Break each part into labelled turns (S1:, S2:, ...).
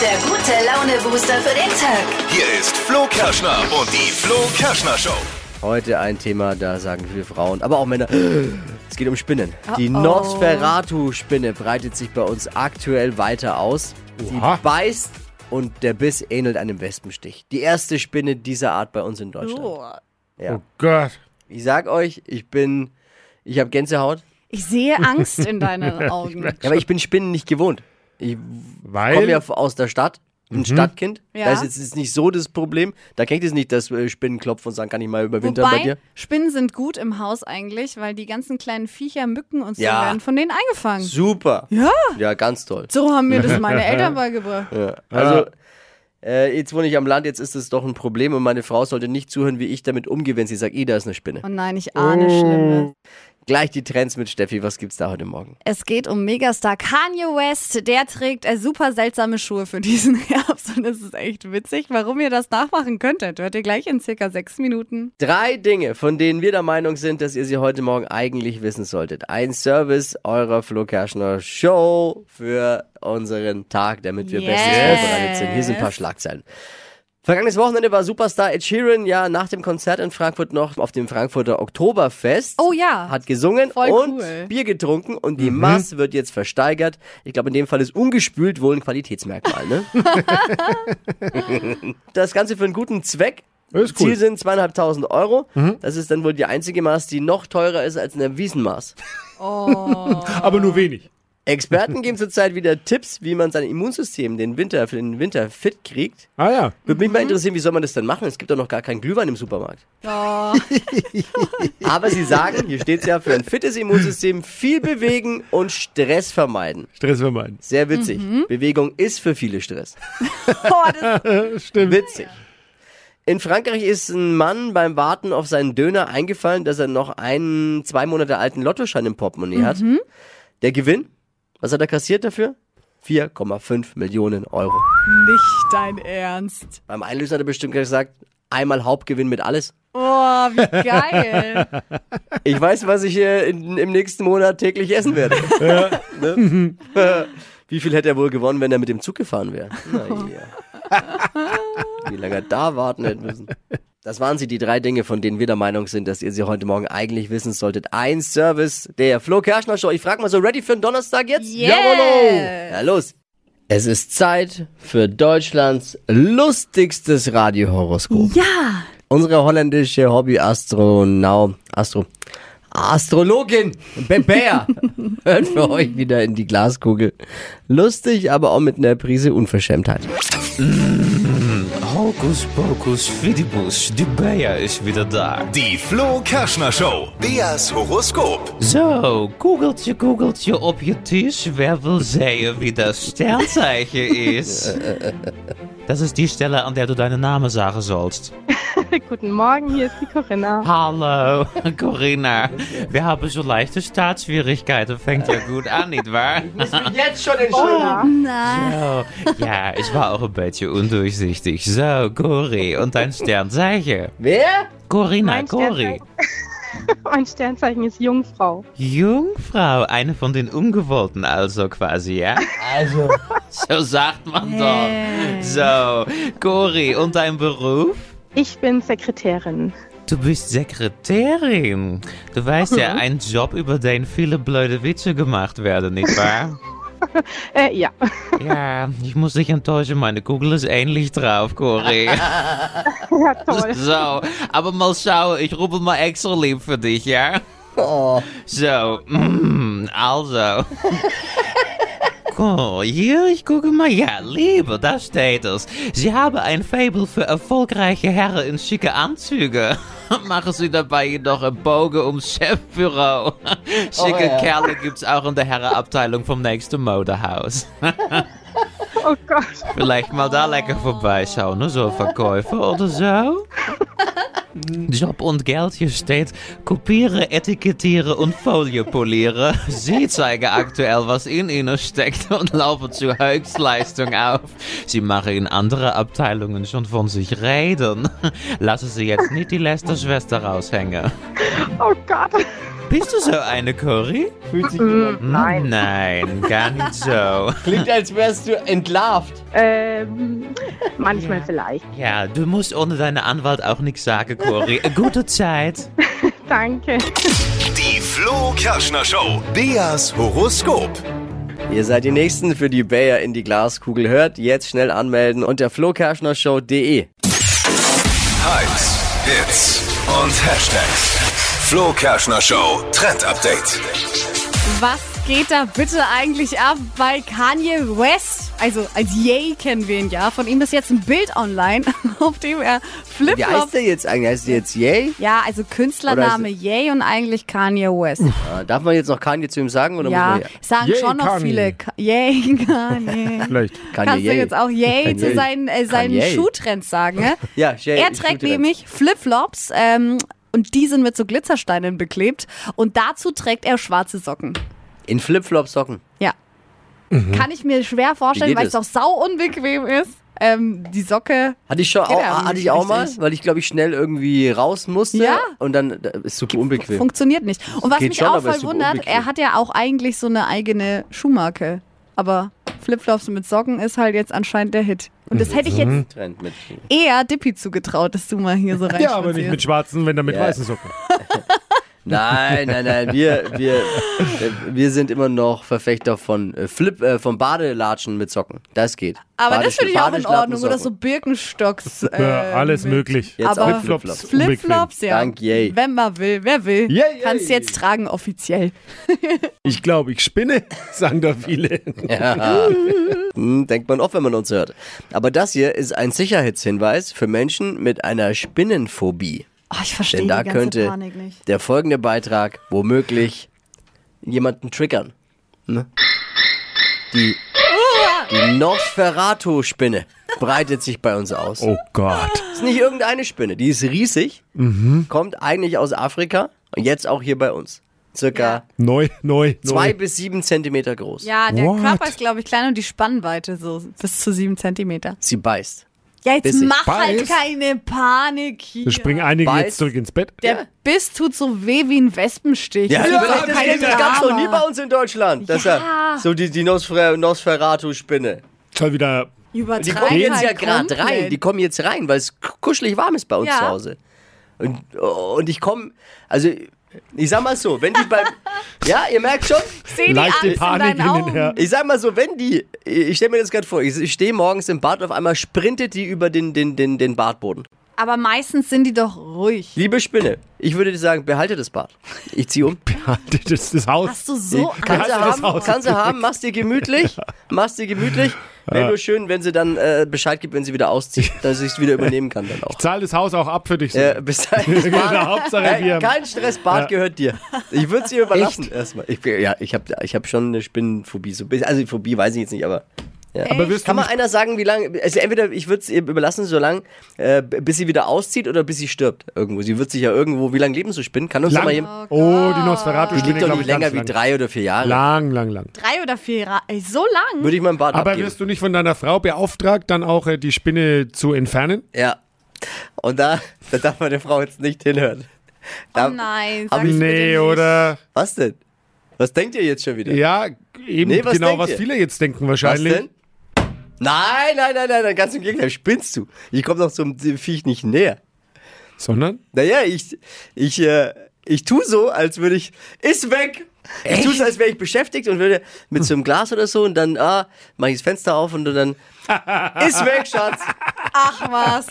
S1: der gute Laune-Booster für den Tag.
S2: Hier ist Flo Kerschner und die Flo Kerschner Show.
S3: Heute ein Thema, da sagen viele Frauen, aber auch Männer, es geht um Spinnen. Die Nosferatu-Spinne breitet sich bei uns aktuell weiter aus. Sie
S4: Oha.
S3: beißt und der Biss ähnelt einem Wespenstich. Die erste Spinne dieser Art bei uns in Deutschland. Ja.
S4: Oh Gott.
S3: Ich sag euch, ich bin, ich habe Gänsehaut,
S5: Ich sehe Angst in deinen Augen.
S3: ja, aber ich bin Spinnen nicht gewohnt. Ich
S4: Weil. Mhm.
S3: komme ja aus der Stadt. Ein Stadtkind,
S5: Ja.
S3: da ist jetzt ist nicht so das Problem. Da kennt es nicht, dass äh, Spinnen klopfen und sagen, kann ich mal überwintern bei dir?
S5: Wobei, Spinnen sind gut im Haus eigentlich, weil die ganzen kleinen Viecher, Mücken und so
S3: Ja.
S5: werden von denen eingefangen.
S3: Super. Ja. Ja, ganz toll.
S5: So haben mir das meine Eltern beigebracht.
S3: Ja. Also, äh, jetzt wohne ich am Land, jetzt ist es doch ein Problem und meine Frau sollte nicht zuhören, wie ich damit umgehe, wenn sie sagt, eh, da ist eine Spinne.
S5: Und Oh nein, ich ahne
S3: Oh.
S5: Schlimmes.
S3: Gleich die Trends mit Steffi, was gibt's da heute Morgen?
S5: Es geht um Megastar Kanye West. Der trägt äh, super seltsame Schuhe für diesen Herbst und es ist echt witzig, warum ihr das nachmachen könntet. Hört ihr gleich in circa sechs Minuten.
S3: Drei Dinge, von denen wir der Meinung sind, dass ihr sie heute Morgen eigentlich wissen solltet. Ein Service eurer Flo Kerschner Show für unseren Tag, damit wir bestens
S5: Yes.
S3: vorbereitet sind. Hier sind ein paar Schlagzeilen. Vergangenes Wochenende war Superstar Ed Sheeran ja nach dem Konzert in Frankfurt noch auf dem Frankfurter Oktoberfest.
S5: Oh ja.
S3: Hat gesungen
S5: Voll
S3: und
S5: cool.
S3: Bier getrunken und die Maß wird jetzt versteigert. Ich glaube, in dem Fall ist ungespült wohl ein Qualitätsmerkmal, ne? das Ganze für einen guten Zweck.
S4: Das ist
S3: Ziel
S4: cool. Mhm.
S3: sind zweieinhalbtausend Euro. Das ist dann wohl die einzige Maß, die noch teurer ist als eine Wiesenmaß.
S4: Aber nur wenig.
S3: Experten geben zurzeit wieder Tipps, wie man sein Immunsystem den Winter, für den Winter fit kriegt.
S4: Ah ja.
S3: Würde mich mal interessieren, wie soll man das denn machen? Es gibt doch noch gar keinen Glühwein im Supermarkt. Aber sie sagen, hier steht es ja, für ein fittes Immunsystem viel bewegen und Stress vermeiden.
S4: Stress vermeiden.
S3: Sehr witzig. Bewegung ist für viele Stress.
S5: Oh, das,
S4: Stimmt.
S3: Witzig. In Frankreich ist ein Mann beim Warten auf seinen Döner eingefallen, dass er noch einen zwei Monate alten Lottoschein im Portemonnaie hat. Der Gewinn, was hat er kassiert dafür? 4,5 Millionen Euro.
S5: nicht dein Ernst.
S3: Beim Einlösen hat er bestimmt gesagt, einmal Hauptgewinn mit alles.
S5: Oh, wie geil.
S3: Ich weiß, was ich äh, in, im nächsten Monat täglich essen werde. ne? Wie viel hätte er wohl gewonnen, wenn er mit dem Zug gefahren wäre? Na ja. Wie lange er da warten hätte müssen. Das waren sie, die drei Dinge, von denen wir der Meinung sind, dass ihr sie heute Morgen eigentlich wissen solltet. Ein Service der Flo Kerschner Show. Ich frage mal so, ready für den Donnerstag jetzt?
S5: Yes.
S3: Jawollo! Na los! Es ist Zeit für Deutschlands lustigstes Radiohoroskop.
S5: Ja,
S3: Unsere holländische Hobby-Astronau, Astro, Astrologin Bebea hört für euch wieder in die Glaskugel. Lustig, aber auch mit einer Prise Unverschämtheit.
S6: Hocus pocus fidibus, die Bayer ist wieder da.
S2: Die Flo Kerschner Show. Beas Horoskop.
S6: Zo, kugeltje, kugeltje op je tisch, wer wil zeggen wie das Sternzeichen ist? Das ist die Stelle, an der du deinen Namen sagen sollst.
S7: Guten Morgen, hier ist die Corinna.
S6: Hallo, Corinna. Wir haben so leichte Startschwierigkeiten. Fängt ja gut an, nicht wahr?
S3: Jetzt schon entschuldigen.
S5: na.
S6: Oh, ja, ich war auch ein bisschen undurchsichtig. So, Cori, und dein Sternzeichen?
S3: Wer?
S6: Corinna,
S7: Mein
S6: Cori.
S7: Mein Sternzeichen ist Jungfrau.
S6: Jungfrau, eine von den Ungewollten also quasi, ja? Also. So sagt man doch. So, Cori, und dein Beruf?
S7: Ich bin Sekretärin.
S6: Du bist Sekretärin. Du weißt ja, ein Job, über den viele blöde Witze gemacht werden, nicht wahr?
S7: Äh, ja.
S6: ja, ich muss dich enttäuschen, meine Kugel ist ähnlich drauf, Cori.
S7: Ja, toll.
S6: So, aber mal schauen, ich rufe mal extra lieb für dich, ja? So, mm, also. Cool, hier, ich gucke mal. Ja, Liebe, da steht es. Sie haben ein Fable für erfolgreiche Herren in schicke Anzüge. Machen Sie dabei jedoch einen Bogen ums Chefbüro. Schicke Kerle gibt's auch in der Herrenabteilung vom nächsten Modehaus.
S7: Oh Gott.
S6: Vielleicht mal da lekker vorbeischauen, ne? so Verkäufer oder so. Job und Geld hier steht: Kopiere, Etikettiere und Folie poliere. Sie zeigen aktuell, was in ihnen steckt und laufen zur Höchstleistung auf. Sie machen in anderen Abteilungen schon von sich reden. Lassen Sie jetzt nicht die letzte Schwester raushängen.
S7: Oh Gott.
S6: Bist du so eine, Cory?
S3: Fühlt sich jemand.
S6: Nein. Nein, gar nicht so.
S3: Klingt, als wärst du entlarvt.
S7: Ähm, manchmal vielleicht.
S6: Ja, du musst ohne deine Anwalt auch nichts sagen, Cory. Gute Zeit.
S7: Danke.
S2: Die Flo Kerschner Show. Beas Horoskop.
S3: Ihr seid die Nächsten für die Bayer in die Glaskugel. Hört jetzt schnell anmelden unter flokerschnershow.de.
S2: Hypes, Hits und Hashtags. Flo Kerschner Show Trend Update.
S5: Was geht da bitte eigentlich ab bei Kanye West? Also als Yay kennen wir ihn ja. Von ihm ist jetzt ein Bild online, auf dem er
S3: Wie heißt
S5: Flipflops...
S3: der jetzt eigentlich? Heißt der jetzt Yay?
S5: Ja, also Künstlername Yay und eigentlich Kanye West.
S3: Äh, Darf man jetzt noch Kanye zu ihm sagen? Oder
S5: Ja,
S3: muss man,
S5: sagen
S4: Yay,
S5: schon noch
S4: Kanye.
S5: viele. Ka- Yay, Kanye.
S4: Vielleicht.
S3: Kanye,
S5: Kannst du
S3: Yay.
S5: jetzt auch Yay zu
S3: Kanye.
S5: seinen, äh, seinen
S3: Kanye.
S5: Schuhtrends sagen, ne?
S3: Ja, Yay,
S5: Er
S3: ich
S5: trägt
S3: gute
S5: nämlich Flipflops ähm, und die sind mit so Glitzersteinen beklebt und dazu trägt er schwarze Socken.
S3: Lenz. In Flipflop-Socken.
S5: Ja. Kann ich mir schwer
S3: Wie
S5: vorstellen,
S3: geht
S5: weil es auch
S3: das?
S5: sau unbequem ist. Ähm, die Socke.
S3: Hatte ich schon
S5: Geht
S3: auch,
S5: ja
S3: hatte
S5: nicht
S3: ich auch mal,
S5: richtig.
S3: weil ich glaube ich schnell irgendwie raus musste
S5: Ja.
S3: und dann da- ist super unbequem.
S5: Funktioniert nicht. Und was
S3: geht
S5: mich
S3: schon,
S5: auch
S3: aber
S5: voll
S3: ist super
S5: wundert,
S3: unbequem.
S5: er hat ja auch eigentlich so eine eigene Schuhmarke. Aber Flipflops mit Socken ist halt jetzt anscheinend der Hit. Und
S3: Mhm.
S5: das hätte ich jetzt
S3: Trend mit.
S5: eher Dippy zugetraut, dass du mal hier so rein
S4: Ja, aber nicht mit schwarzen, wenn dann mit
S3: Ja.
S4: weißen Socken.
S3: Nein, nein, nein, wir, wir, wir sind immer noch Verfechter von äh, Flip, äh, von Badelatschen mit Socken. Das geht.
S5: Aber das
S3: Badesch-
S5: finde ich auch in
S3: Badeschlappen
S5: Ordnung.
S3: mit
S5: Oder so
S3: Socken.
S5: Birkenstocks. Äh,
S4: Ja, alles
S5: mit
S4: möglich.
S3: Jetzt
S5: aber-
S3: auch Flipflops.
S5: Flipflops, ja.
S3: Dank Yay.
S5: Wenn man will, wer
S4: Yay,
S5: will.
S4: yay.
S5: Kannst du jetzt tragen, offiziell.
S4: Ich glaube, ich spinne, sagen da viele.
S3: Hm, denkt man oft, wenn man uns hört. Aber das hier ist ein Sicherheitshinweis für Menschen mit einer Spinnenphobie.
S5: Oh, ich verstehe
S3: Denn
S5: die
S3: da
S5: ganze
S3: könnte
S5: Panik nicht.
S3: der folgende Beitrag womöglich jemanden triggern. Ne? Die, die Nosferatu-Spinne breitet sich bei uns aus.
S4: Oh Gott.
S3: Ist nicht irgendeine Spinne, die ist riesig, kommt eigentlich aus Afrika und jetzt auch hier bei uns. Circa
S4: Neu, neu, neu.
S3: zwei bis sieben Zentimeter groß.
S5: Ja, der
S4: What?
S5: Körper ist, glaube ich, klein und die Spannweite so bis zu sieben Zentimeter.
S3: Sie beißt.
S5: Ja, jetzt
S3: Bis ich
S5: mach halt
S4: beiß.
S5: keine Panik hier.
S4: Da springen einige
S3: Weiß.
S4: jetzt zurück ins Bett.
S5: Der Biss tut so weh wie ein Wespenstich.
S3: Ja,
S5: Das ist
S3: überleg,
S5: doch
S3: das,
S5: kein
S3: gibt's- das gab's noch
S5: Drama.
S3: nie bei uns in Deutschland. Das
S5: Ja.
S3: ja so die, die Nosfer Nosferatu-Spinne.
S4: Schon wieder.
S3: Und die
S5: Übertreib
S3: kommen jetzt
S5: halt
S3: ja gerade
S5: komplett.
S3: rein. Die kommen jetzt rein, weil es k- kuschelig warm ist bei uns
S5: Ja.
S3: zu Hause. Und, oh, und ich komme, also ich sag mal so, wenn die beim, ja, ihr merkt schon,
S5: Ich seh die
S4: Leichte
S5: Angst in
S4: Panik
S5: deinen
S4: in den
S5: Augen.
S4: Her-
S3: ich sag mal so, wenn die, ich stelle mir das gerade vor, ich, ich stehe morgens im Bad und auf einmal sprintet die über den, den, den, den Badboden.
S5: Aber meistens sind die doch ruhig.
S3: Liebe Spinne, ich würde dir sagen, behalte das Bad. Ich zieh um.
S4: Behaltet das, das Haus.
S5: Hast du so
S3: Kannst du
S4: Behalte das
S3: haben,
S4: Haus.
S3: kannst du haben, mach's dir gemütlich, mach's dir gemütlich. Wäre nur schön, wenn sie dann äh, Bescheid gibt, wenn sie wieder auszieht, dass ich es wieder übernehmen kann dann auch.
S4: Zahl das Haus auch ab für dich. so.
S3: Äh, bis dahin.
S4: Genau, Hauptsache
S3: Ey,
S4: wir.
S3: kein Stress, Bart gehört dir. Ich würde es dir überlassen erstmal. Ich, bin- ja, ich habe ich hab schon eine Spinnenphobie. So, ein bisschen- also Phobie weiß ich jetzt nicht, aber. Ja.
S4: Aber wirst du
S3: Kann mal
S4: nicht,
S3: einer sagen, wie lange. Also entweder ich würde es ihr überlassen, so lange, äh, bis sie wieder auszieht oder bis sie stirbt irgendwo. Sie wird sich ja irgendwo. Wie lange leben so Spinnen? Kann uns doch
S4: lang,
S3: mal jemand.
S4: oh, die Nosferatu
S3: Die
S4: spinne
S3: lebt doch nicht länger wie
S4: lang.
S3: drei oder vier Jahre.
S4: Lang, lang, lang.
S5: Drei oder vier, Ra- ey, so lang.
S3: Würde ich meinen Bart
S4: Aber
S3: abgeben.
S4: wirst du nicht von deiner Frau beauftragt, dann auch äh, die Spinne zu entfernen?
S3: Ja. Und da, da darf meine Frau jetzt nicht hinhören. Da,
S5: Oh nein,
S3: Aber
S5: sag's
S3: ich-
S5: bitte
S4: Nee,
S5: nicht.
S4: oder?
S3: Was denn? Was denkt ihr jetzt schon wieder?
S4: Ja, eben
S3: Nee, was
S4: genau,
S3: denkt
S4: was
S3: ihr?
S4: viele jetzt denken
S3: Was
S4: wahrscheinlich.
S3: denn? Nein, nein, nein, nein, nein, ganz im Gegenteil, spinnst du. Ich komme doch zum Viech nicht näher.
S4: Sondern?
S3: Naja, ich, ich, äh, ich tu so, als würde ich, ist weg. Ich tue so, als wäre ich beschäftigt und würde mit so einem Glas oder so und dann, ah, mache ich das Fenster auf und dann, ist weg, Schatz.
S5: Ach was.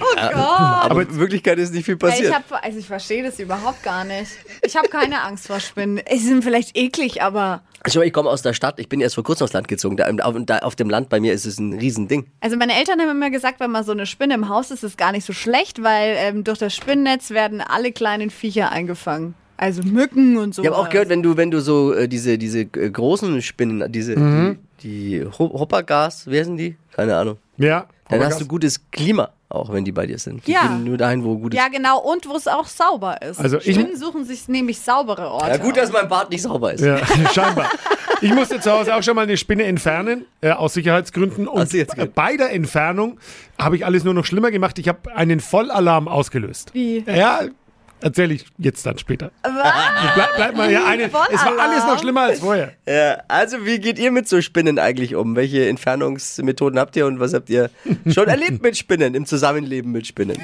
S5: Oh Gott.
S3: Aber, in Wirklichkeit ist nicht viel
S5: Ey, ich
S3: passiert.
S5: hab, also ich verstehe das überhaupt gar nicht. Ich habe keine Angst vor Spinnen. Sie sind vielleicht eklig, aber
S3: Schau mal, ich komme aus der Stadt, ich bin erst vor kurzem aufs Land gezogen. Da, auf, da, auf dem Land bei mir ist es ein Riesending.
S5: also meine Eltern haben immer gesagt, wenn mal so eine Spinne im Haus ist, ist es gar nicht so schlecht, weil ähm, durch das Spinnennetz werden alle kleinen Viecher eingefangen. Also Mücken und so.
S3: Ich habe auch gehört, wenn du, wenn du so äh, diese, diese äh, großen Spinnen, diese, die, die Ho- Hoppergas, wer sind die? Keine Ahnung.
S4: Ja.
S3: Dann
S4: Aber
S3: hast du gutes Klima, auch wenn die bei dir sind. Die
S5: Ja.
S3: gehen nur dahin, wo gutes
S5: Ja, genau, und wo es auch sauber ist.
S4: Also ich-
S5: Spinnen suchen sich nämlich saubere Orte.
S3: Ja, gut, dass mein Bart nicht sauber ist.
S4: Ja, scheinbar. Ich musste zu Hause auch schon mal eine Spinne entfernen, äh, aus Sicherheitsgründen. Und
S3: Aus Sicherheitsgründen.
S4: bei der Entfernung habe ich alles nur noch schlimmer gemacht. Ich habe einen Vollalarm ausgelöst.
S5: Wie?
S4: Ja, Erzähle ich jetzt dann später.
S5: Was?
S4: Bleib, bleib mal hier eine. Es war alles noch schlimmer als vorher.
S3: Ja, also wie geht ihr mit so Spinnen eigentlich um? Welche Entfernungsmethoden habt ihr und was habt ihr schon erlebt mit Spinnen, im Zusammenleben mit Spinnen?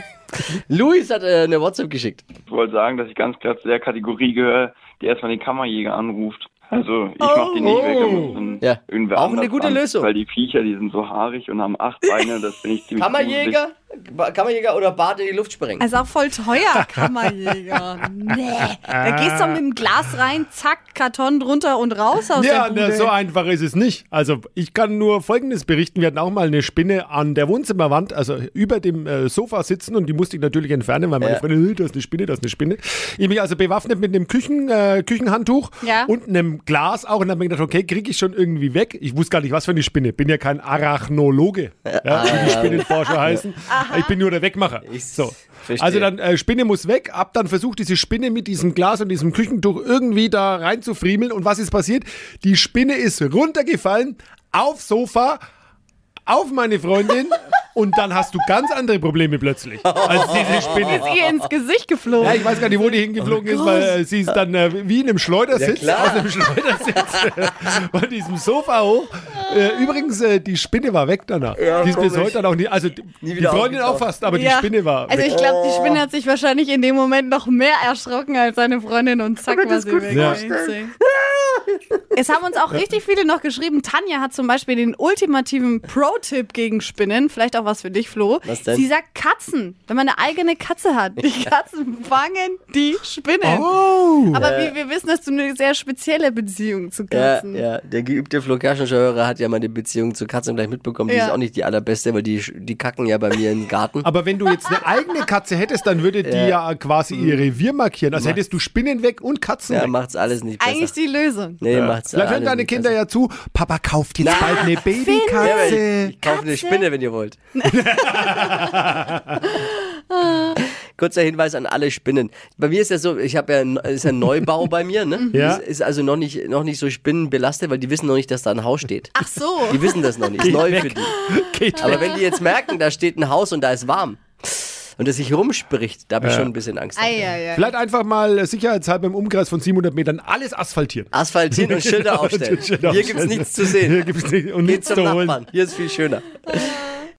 S3: Luis hat äh, eine WhatsApp geschickt.
S8: Ich wollte sagen, dass ich ganz klar zu der Kategorie gehöre, die erstmal den Kammerjäger anruft. Also ich mach die nicht weg. da muss dann
S3: Ja.
S8: irgendwer
S3: Auch
S8: anders
S3: eine gute
S8: ran,
S3: Lösung.
S8: Weil die Viecher, die sind so haarig und haben acht Beine. Das finde ich ziemlich gruselig.
S3: Kammerjäger, Ba- Kammerjäger oder Bart in die Luft sprengen?
S5: Also auch voll teuer, Kammerjäger. Nee. Da gehst du mit dem Glas rein, zack, Karton drunter und raus aus
S4: Ja,
S5: der
S4: na,
S5: Bude.
S4: so einfach ist es nicht. Also ich kann nur Folgendes berichten. Wir hatten auch mal eine Spinne an der Wohnzimmerwand, also über dem äh, Sofa sitzen und die musste ich natürlich entfernen, weil meine
S3: Ja.
S4: Freundin, "Äh, das ist eine Spinne, das ist eine Spinne. Ich mich also bewaffnet mit einem Küchen, äh, Küchenhandtuch
S5: Ja.
S4: und einem Glas auch und habe mir gedacht, okay, kriege ich schon irgendwie weg. Ich wusste gar nicht, was für eine Spinne. Bin ja kein Arachnologe, ja, wie die Spinnenforscher heißen. Ich bin nur der Wegmacher. so.
S3: verstehe.
S4: Also dann äh, Spinne muss weg, ab dann versucht diese Spinne mit diesem Glas und diesem Küchentuch irgendwie da reinzufriemeln und was ist passiert? Die Spinne ist runtergefallen aufs Sofa, auf meine Freundin und dann hast du ganz andere Probleme plötzlich als diese Spinne.
S5: ist ihr ins Gesicht geflogen.
S4: Ja, ich weiß gar nicht, wo die hingeflogen ist, weil äh, sie ist dann äh, wie in einem Schleudersitz,
S3: Oh Ja, klar.
S4: aus einem Schleudersitz äh, bei diesem Sofa hoch. Äh, übrigens, äh, die Spinne war weg danach.
S3: Ja,
S4: die ist bis
S3: komisch.
S4: heute dann auch nie, also
S3: Nie
S4: die
S3: wieder
S4: Freundin auch
S3: aufgetaucht.
S4: fast, aber die
S5: Ja.
S4: Spinne war
S5: Also
S4: weg.
S5: ich glaube, die Spinne hat sich wahrscheinlich in dem Moment noch mehr erschrocken als seine Freundin und zack war sie weg.
S4: Ja.
S5: Witzig. Es haben uns auch richtig viele noch geschrieben. Tanja hat zum Beispiel den ultimativen Pro-Tipp gegen Spinnen. Vielleicht auch was für dich, Flo.
S3: Was denn?
S5: Sie sagt Katzen, wenn man eine eigene Katze hat. Die Katzen fangen die Spinnen.
S4: Oh.
S5: Aber wie wir wissen, hast du eine sehr spezielle Beziehung zu
S3: Ja,
S5: Katzen.
S3: ja, der geübte Flo Kerschenscher-Hörer hat ja meine Beziehung zu Katzen gleich mitbekommen. Die
S5: Ja.
S3: ist auch nicht die allerbeste, weil die, die kacken ja bei mir im Garten.
S4: Aber wenn du jetzt eine eigene Katze hättest, dann würde die ja quasi ihr Revier markieren. Also hättest du Spinnen weg und Katzen
S3: ja,
S4: weg.
S3: macht's alles nicht besser.
S5: Eigentlich die Lösung.
S3: nee, macht's
S4: Vielleicht hören
S3: alles
S4: deine
S3: nicht
S4: Kinder
S3: besser.
S4: ja zu, Papa kauft jetzt bald eine
S3: Ja, aber
S4: Babykatze.
S3: ich, ich kaufe eine Spinne, wenn ihr wollt. Kurzer Hinweis an alle Spinnen. Bei mir ist ja so, ich habe ja, ein- ist ja ein Neubau bei mir,
S5: Mhm.
S3: ne?
S4: Ja.
S3: Ist, ist also noch nicht, noch nicht so spinnenbelastet, weil die wissen noch nicht, dass da ein Haus steht.
S5: Ach so.
S3: Die wissen das noch nicht. Ist neu für die.
S4: Geht
S3: Aber wenn die jetzt merken, da steht ein Haus und da ist warm und es sich rumspricht, da habe ich schon ein bisschen Angst.
S5: Ei, ei, ei.
S4: Vielleicht einfach mal sicherheitshalber im Umkreis von 700 Metern alles asphaltieren.
S3: Asphaltieren Ah, und Schilder aufstellen.
S4: Schilder
S3: Hier gibt's
S4: aufstellen.
S3: nichts zu sehen.
S4: Hier gibt's nichts und
S3: Geht
S4: nichts
S3: zum
S4: zu holen.
S3: Nachbarn. Hier ist viel schöner.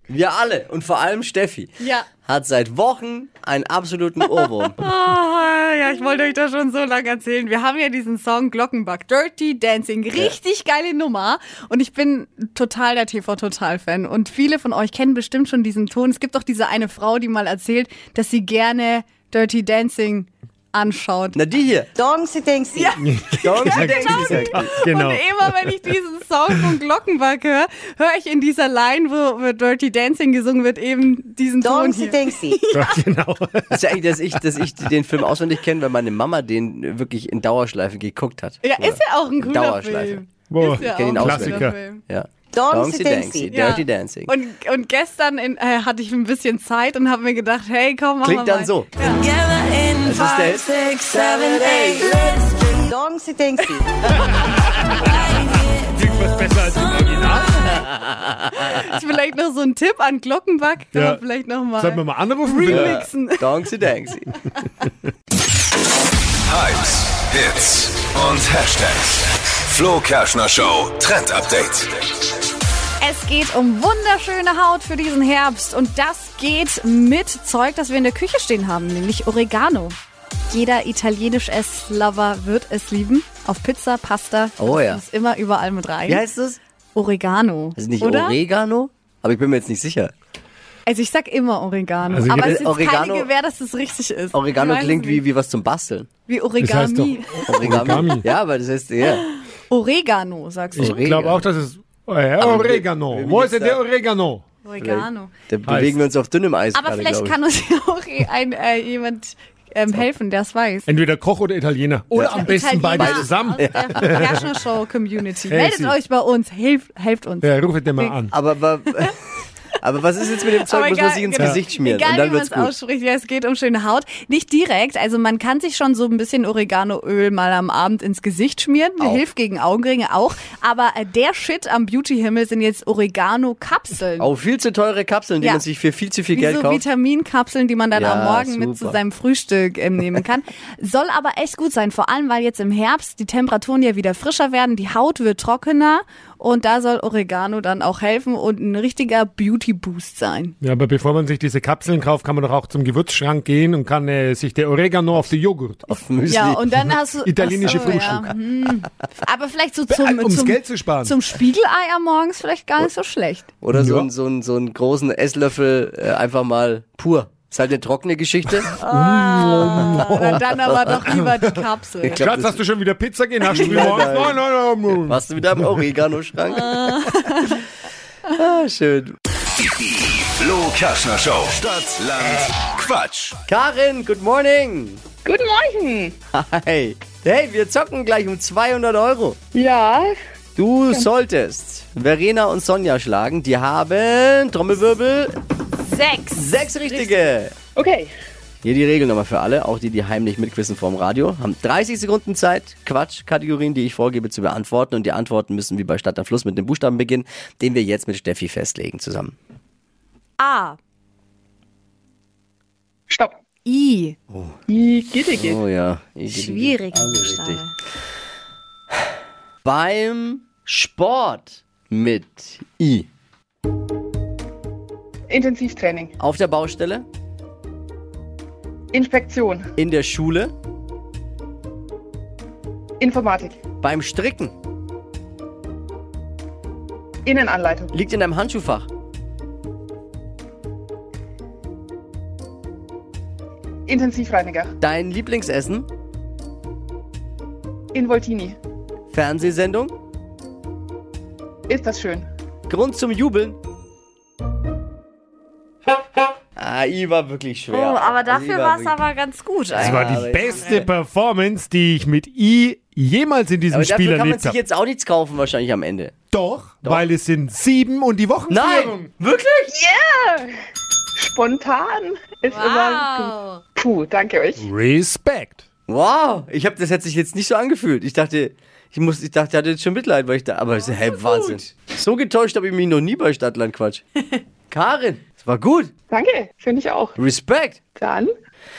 S3: Wir alle und vor allem Steffi
S5: Ah. Ja.
S3: hat seit Wochen einen absoluten Ohrwurm.
S5: Ah, ja, ich wollte euch das schon so lange erzählen. Wir haben ja diesen Song Glockenbach, Dirty Dancing, richtig geile Nummer. Und ich bin total der TV-Total-Fan. Und viele von euch kennen bestimmt schon diesen Ton. Es gibt doch diese eine Frau, die mal erzählt, dass sie gerne Dirty Dancing anschaut.
S3: Na die hier.
S1: Dancing, dancing.
S3: Don't
S4: Ja, Genau.
S5: Und immer wenn ich diesen Song von Glockenbach höre, höre ich in dieser Line, wo, wo Dirty Dancing gesungen wird, eben diesen Ton
S1: Dancing,
S5: hier.
S1: dancing.
S3: Das ist ja eigentlich, dass ich, dass ich den Film auswendig kenne, weil meine Mama den wirklich in Dauerschleife geguckt hat.
S5: Ja, ist ja auch ein cooler
S3: Dauerschleife. Oh,
S5: Film.
S4: Boah,
S5: Ist ja
S3: kenn
S5: auch
S3: ihn
S5: ein cooler
S4: Klassiker.
S5: Film.
S3: Ja.
S1: Dancing,
S3: Dancing,
S1: dancing.
S3: Dancing,
S5: Ja.
S3: Dirty Dancing.
S5: Und, und gestern in, äh, hatte ich ein bisschen Zeit und habe mir gedacht, hey, komm, mach
S3: Klingt
S5: mal.
S3: dann so.
S1: Dancing,
S3: Das ist der Hit.
S1: dancing.
S4: Was besser als im Original?
S5: Vielleicht noch so ein Tipp an Glockenbach. Kann
S4: Ja.
S5: man vielleicht nochmal
S4: Sollten wir mal anrufen? vielleicht?
S5: remixen.
S3: Dancing, Dancing.
S2: Hypes, Hits und Hashtags. Flo Kerschner Show Trend Update.
S5: Es geht um wunderschöne Haut für diesen Herbst. Und das geht mit Zeug, das wir in der Küche stehen haben, nämlich Oregano. Jeder italienisch Esslover wird es lieben. Auf Pizza, Pasta.
S3: Oh
S5: das
S3: ja.
S5: Muss immer überall mit rein.
S3: Wie heißt das?
S5: Oregano.
S3: Das ist nicht
S5: oder?
S3: Oregano? Aber ich bin mir jetzt nicht sicher.
S5: Also ich sag immer Oregano.
S4: Also
S5: aber
S4: gibt-
S5: es ist jetzt
S3: Oregano-
S5: keine Gewähr, dass es richtig ist.
S3: Oregano
S5: Ich weiß
S3: klingt
S5: es
S3: wie,
S5: nicht.
S3: wie was zum Basteln.
S5: wie Origami.
S3: Origami.
S4: Origami.
S3: Ja, aber das heißt, ja.
S5: Oregano, sagst du.
S3: Oreg-
S4: Ich glaube auch, dass es. Äh,
S3: Aber
S4: Oregano.
S3: wie- wie
S4: Wo ist
S3: geht's
S4: denn der
S3: da?
S4: Oregano?
S5: Oregano.
S3: Da bewegen wir uns auf dünnem Eis.
S5: Aber
S3: gerade,
S5: vielleicht
S3: glaub ich.
S5: kann uns ja auch ein, äh, jemand ähm, helfen, der es weiß.
S4: Entweder Koch oder Italiener. Oder am besten
S5: Italiener
S4: beide zusammen.
S5: Aus der Herrschner Show Community.
S4: Hey,
S5: Meldet
S4: sie.
S5: euch bei uns, helft, helft uns.
S4: Ja, rufet den mal an.
S3: Aber, aber, Aber was ist jetzt mit dem Zeug,
S5: Aber
S3: was man sich ins
S5: genau.
S3: Gesicht schmiert?
S5: Egal,
S3: und dann
S5: wie man
S3: wird's
S5: es
S3: gut.
S5: ausspricht, ja, es geht um schöne Haut. Nicht direkt, also man kann sich schon so ein bisschen Oreganoöl mal am Abend ins Gesicht schmieren. Hilft gegen Augenringe auch. Aber äh, der Shit am Beauty-Himmel sind jetzt Oregano-Kapseln.
S3: Auch viel zu teure Kapseln, die
S5: Ja.
S3: man sich für viel zu viel
S5: Wie
S3: Geld
S5: so
S3: kauft.
S5: Vitaminkapseln, die man dann
S3: Ja,
S5: am Morgen mit zu
S3: super.
S5: seinem Frühstück ähm, nehmen kann. Soll aber echt gut sein, vor allem weil jetzt im Herbst die Temperaturen ja wieder frischer werden, die Haut wird trockener und da soll Oregano dann auch helfen und ein richtiger Beauty-Boost sein.
S9: Ja, aber bevor man sich diese Kapseln kauft, kann man doch auch zum Gewürzschrank gehen und kann äh, sich der Oregano auf die Joghurt.
S3: auf Müsli.
S5: Ja, und dann hast du.
S9: Italienische
S5: Ach so, Ja. Hm. Aber vielleicht so zum,
S4: Ums
S5: zum,
S4: Geld zu sparen.
S5: zum Spiegelei am Morgens vielleicht gar nicht so schlecht.
S3: Oder so,
S9: Ja.
S3: einen, so, einen, so einen großen Esslöffel äh, einfach mal pur. Ist halt eine trockene Geschichte.
S5: Ah.
S4: Oh.
S5: Oder dann aber doch lieber die Kapsel.
S3: Ich glaub,
S9: Schatz,
S3: das-
S9: hast du schon wieder Pizza gehen? Hast du früh morgens? Nein, nein, nein.
S3: Warst du wieder im Oregano-Schrank? ah, schön.
S2: Die Flo Kerschner Show. Stadt, Land, Quatsch.
S3: Karin, good morning.
S7: Guten Morgen.
S3: Hi. Hey, wir zocken gleich um 200 Euro.
S7: Ja,
S3: Du solltest Verena und Sonja schlagen. Die haben, Trommelwirbel,
S5: Sechs.
S3: sechs richtige.
S7: okay.
S3: Hier die Regel nochmal für alle, auch die, die heimlich mitquissen vorm Radio, haben 30 Sekunden Zeit, Quatschkategorien, die ich vorgebe, zu beantworten. Und die Antworten müssen wie bei Stadt am Fluss mit dem Buchstaben beginnen, den wir jetzt mit Steffi festlegen zusammen.
S5: A.
S7: Stopp.
S5: I.
S7: Gitte geht.
S3: Oh ja. Ich-
S5: Schwierig.
S3: richtig. Beim Sport mit I.
S7: Intensivtraining.
S3: Auf der Baustelle,
S7: Inspektion.
S3: in der Schule,
S7: Informatik.
S3: beim Stricken,
S7: Innenanleitung.
S3: liegt in deinem Handschuhfach,
S7: Intensivreiniger.
S3: dein Lieblingsessen,
S7: Involtini.
S3: Fernsehsendung,
S7: Ist das schön?
S3: Grund zum Jubeln. Ah, I war wirklich
S5: Oh,
S3: schwer.
S5: aber
S3: I
S5: dafür war es aber ganz gut
S9: Das
S5: eigentlich.
S9: war die beste Performance, die ich mit I jemals in diesem
S3: Aber
S9: Spiel
S3: dafür kann man
S9: erlebt
S3: sich
S9: habe.
S3: jetzt auch nichts kaufen wahrscheinlich am Ende.
S9: Doch, weil es sind sieben und die Wochen.
S3: Nein, wirklich?
S7: Spontan ist
S5: Wow.
S7: immer. Puh, danke euch.
S9: Respekt.
S3: Wow, ich habe das hat sich jetzt nicht so angefühlt. Ich dachte, ich muss, ich dachte, ich hatte jetzt schon Mitleid, weil ich da, aber es hey, Wahnsinn. So getäuscht habe ich mich noch nie bei Stadtland Quatsch. Karin, es war gut.
S7: Danke, finde ich auch.
S3: Respekt.
S7: Dann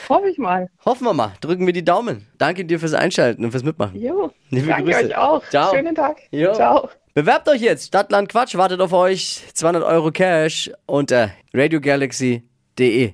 S7: hoffe ich mal.
S3: Hoffen wir mal. Drücken wir die Daumen. Danke dir fürs Einschalten und fürs Mitmachen.
S7: Jo.
S3: Liebe
S7: danke
S3: Grüße.
S7: euch auch.
S3: Ciao.
S7: Schönen Tag.
S3: Jo.
S7: Ciao.
S3: Bewerbt euch jetzt. Stadtland Quatsch wartet auf euch. 200 Euro Cash äh, unter radiogalaxy.de.